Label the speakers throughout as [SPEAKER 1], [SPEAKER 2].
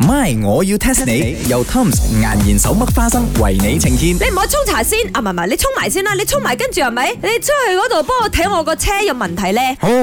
[SPEAKER 1] My，我要 test 你。由 Tom's 岩鹽手剝花生為你呈現。
[SPEAKER 2] 你唔好沖茶先，啊唔係唔係，你沖埋先啦，你沖埋跟住係咪？你出去嗰度幫我睇我個車有問題咧。
[SPEAKER 3] 好好好，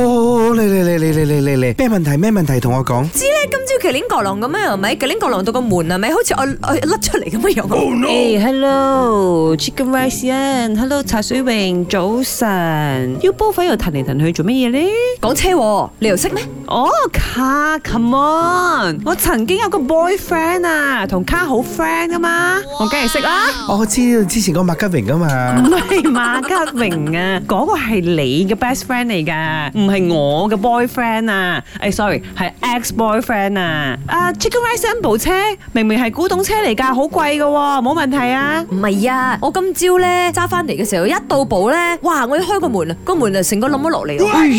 [SPEAKER 3] 嚟嚟嚟嚟嚟嚟嚟嚟，咩問題咩問題同我講。
[SPEAKER 2] 知咧，今朝麒麟角龍咁樣係咪？麒麟角龍到個門係咪？好似我我甩出嚟咁嘅樣。啊
[SPEAKER 3] Oh,
[SPEAKER 4] 誒、h e l l o Chicken Rice Yan，Hello 茶水榮，早晨。要煲粉又騰嚟騰去做乜嘢呢？
[SPEAKER 2] 講車喎，你又識咩？
[SPEAKER 4] 哦，卡，Come on！我 Oh, 曾經有個 boyfriend 啊，同卡好 friend 噶嘛，我梗係識啦。
[SPEAKER 3] 我知道之前嗰個麥吉榮啊
[SPEAKER 4] 唔
[SPEAKER 3] 嘛，
[SPEAKER 4] 係馬家榮啊，嗰、個係你嘅 best friend 嚟㗎，唔係我嘅 boyfriend 啊。誒、s o r r y 係 ex boyfriend 啊。啊、Chicken Rice Yan 部車明明係古董車嚟㗎，好貴㗎喎，冇問題啊。
[SPEAKER 2] 唔係啊，我今朝咧揸翻嚟嘅時候，一到步咧，哇！我要開個門啊，個門啊成個冧咗落嚟喎。
[SPEAKER 4] 哎呦，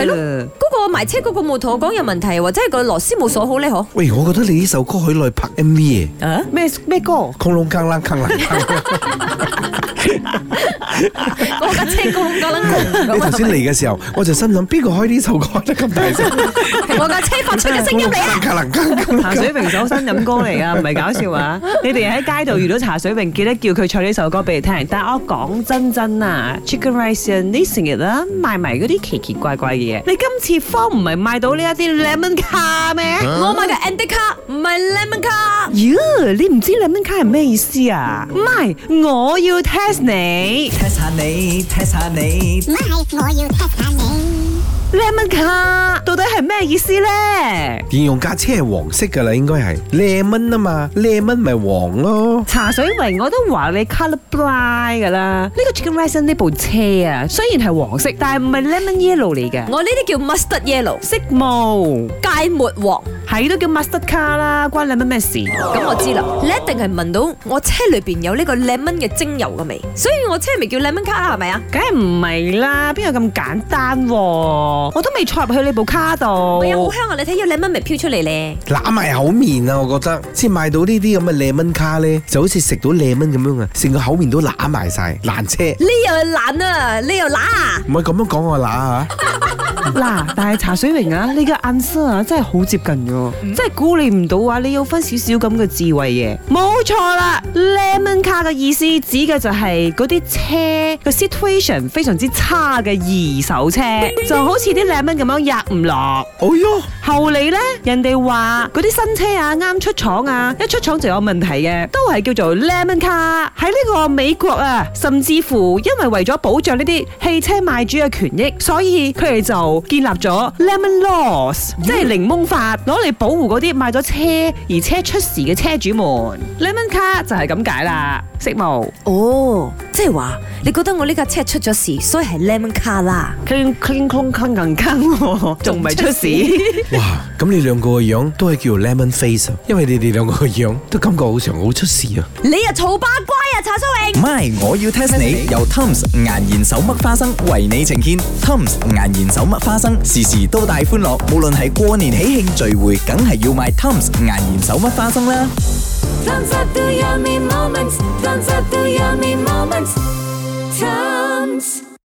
[SPEAKER 2] 係咯，嗰個埋車嗰個冇同我講有問題，或者係個螺絲冇鎖好咧，嗬？
[SPEAKER 3] 喂，我覺得你呢首歌可以攞嚟拍 M V 嘅，
[SPEAKER 2] 啊？
[SPEAKER 4] 咩咩歌？
[SPEAKER 3] 空窿坑啦坑啦。
[SPEAKER 2] 嗰架車公啊架楞
[SPEAKER 3] 你頭先嚟嘅時候，我就心諗邊個開呢首歌開得咁大聲？
[SPEAKER 2] 我架車發出嘅聲音嚟啊！
[SPEAKER 3] 坑啦坑啦坑啦
[SPEAKER 4] 茶水榮首新飲歌嚟噶，唔係搞笑啊！你哋喺街度遇到茶水榮，記得叫佢唱呢首歌俾你聽。但係我講真真啊，Chicken Rice 啊你成日啦賣埋嗰啲奇奇怪怪嘅嘢，你今次方唔係賣到呢一啲 lemon 卡咩？
[SPEAKER 3] 啊
[SPEAKER 2] 我買嘅 Andy 卡唔係 Lemon 卡。
[SPEAKER 4] 妖，你唔知 lemon 卡係咩意思啊？唔係，我要 test 你
[SPEAKER 1] test 下你，test 下你
[SPEAKER 5] My，我要 test 下你。
[SPEAKER 4] lemon 卡到底係咩意思咧？
[SPEAKER 3] 形容架車係黃色㗎啦，應該係 lemon 啊嘛，lemon 咪黃咯。
[SPEAKER 4] 茶水榮我都話你 colour blind 噶啦，呢、個 Chicken Rice 呢部車啊，雖然係黃色，但係唔係 lemon yellow 嚟嘅，
[SPEAKER 2] 我呢啲叫 mustard yellow，
[SPEAKER 4] 色霧
[SPEAKER 2] 芥末黃。
[SPEAKER 4] 係都叫 mustard car 啦，關 lemon 咩事？
[SPEAKER 2] 咁我知啦，你一定係聞到我車裏邊有呢個 lemon 嘅精油嘅味，所以我車咪叫 lemon 卡啦，係咪啊？
[SPEAKER 4] 梗係唔係啦，邊有咁簡單喎、我都未坐入去你部卡度
[SPEAKER 2] 我。有好香啊！你睇有 lemon 味飄出嚟咧。
[SPEAKER 3] 揦埋口面啊！我覺得先買到呢啲咁嘅 lemon 卡咧，就好似食到 lemon 咁樣啊，成個口面都揦埋晒，爛車。
[SPEAKER 2] 你又係懶啊，你又乸啊！
[SPEAKER 3] 唔係咁樣講我揦啊！
[SPEAKER 4] 嗱，但係茶水榮啊，你嘅 answer 啊真係好接近嘅，真係估你唔到啊！你有分少少咁嘅智慧嘅，冇錯啦。Lemon 卡嘅意思指嘅就係嗰啲車嘅 situation 非常之差嘅二手車，就好似啲 lemon 咁樣入唔落。
[SPEAKER 3] 哦喲，
[SPEAKER 4] 後嚟呢，人哋話嗰啲新車啊，啱出廠啊，一出廠就有問題嘅，都係叫做 lemon car。喺呢個美國啊，甚至乎因為為咗保障呢啲汽車賣主嘅權益，所以佢哋就建立咗 lemon laws，即係檸檬法，攞嚟保護嗰啲買咗車而車出事嘅車主們。lemon car 就係咁解啦，識冇？
[SPEAKER 2] 哦，即係話你覺得我呢架車出咗事，所以係 lemon 卡啦。
[SPEAKER 4] 坑坑坑坑坑坑，哦仲唔係出事？
[SPEAKER 3] 哇！咁你兩個個樣都係叫做 lemon face 啊，因為你哋兩個個樣都感覺好常好出事啊。
[SPEAKER 2] 你啊草巴乖啊，查蘇永。
[SPEAKER 1] ，My，我要 test 你。由 Tom's 岩鹽手剝花生為你呈現。Tom's 岩鹽手剝花生，時時都帶歡樂，無論係過年喜慶聚會，梗係要買 Tom's 岩鹽手剝花生啦。
[SPEAKER 6] Thumbs up the yummy moments. Thumbs up the yummy moments. Thumbs.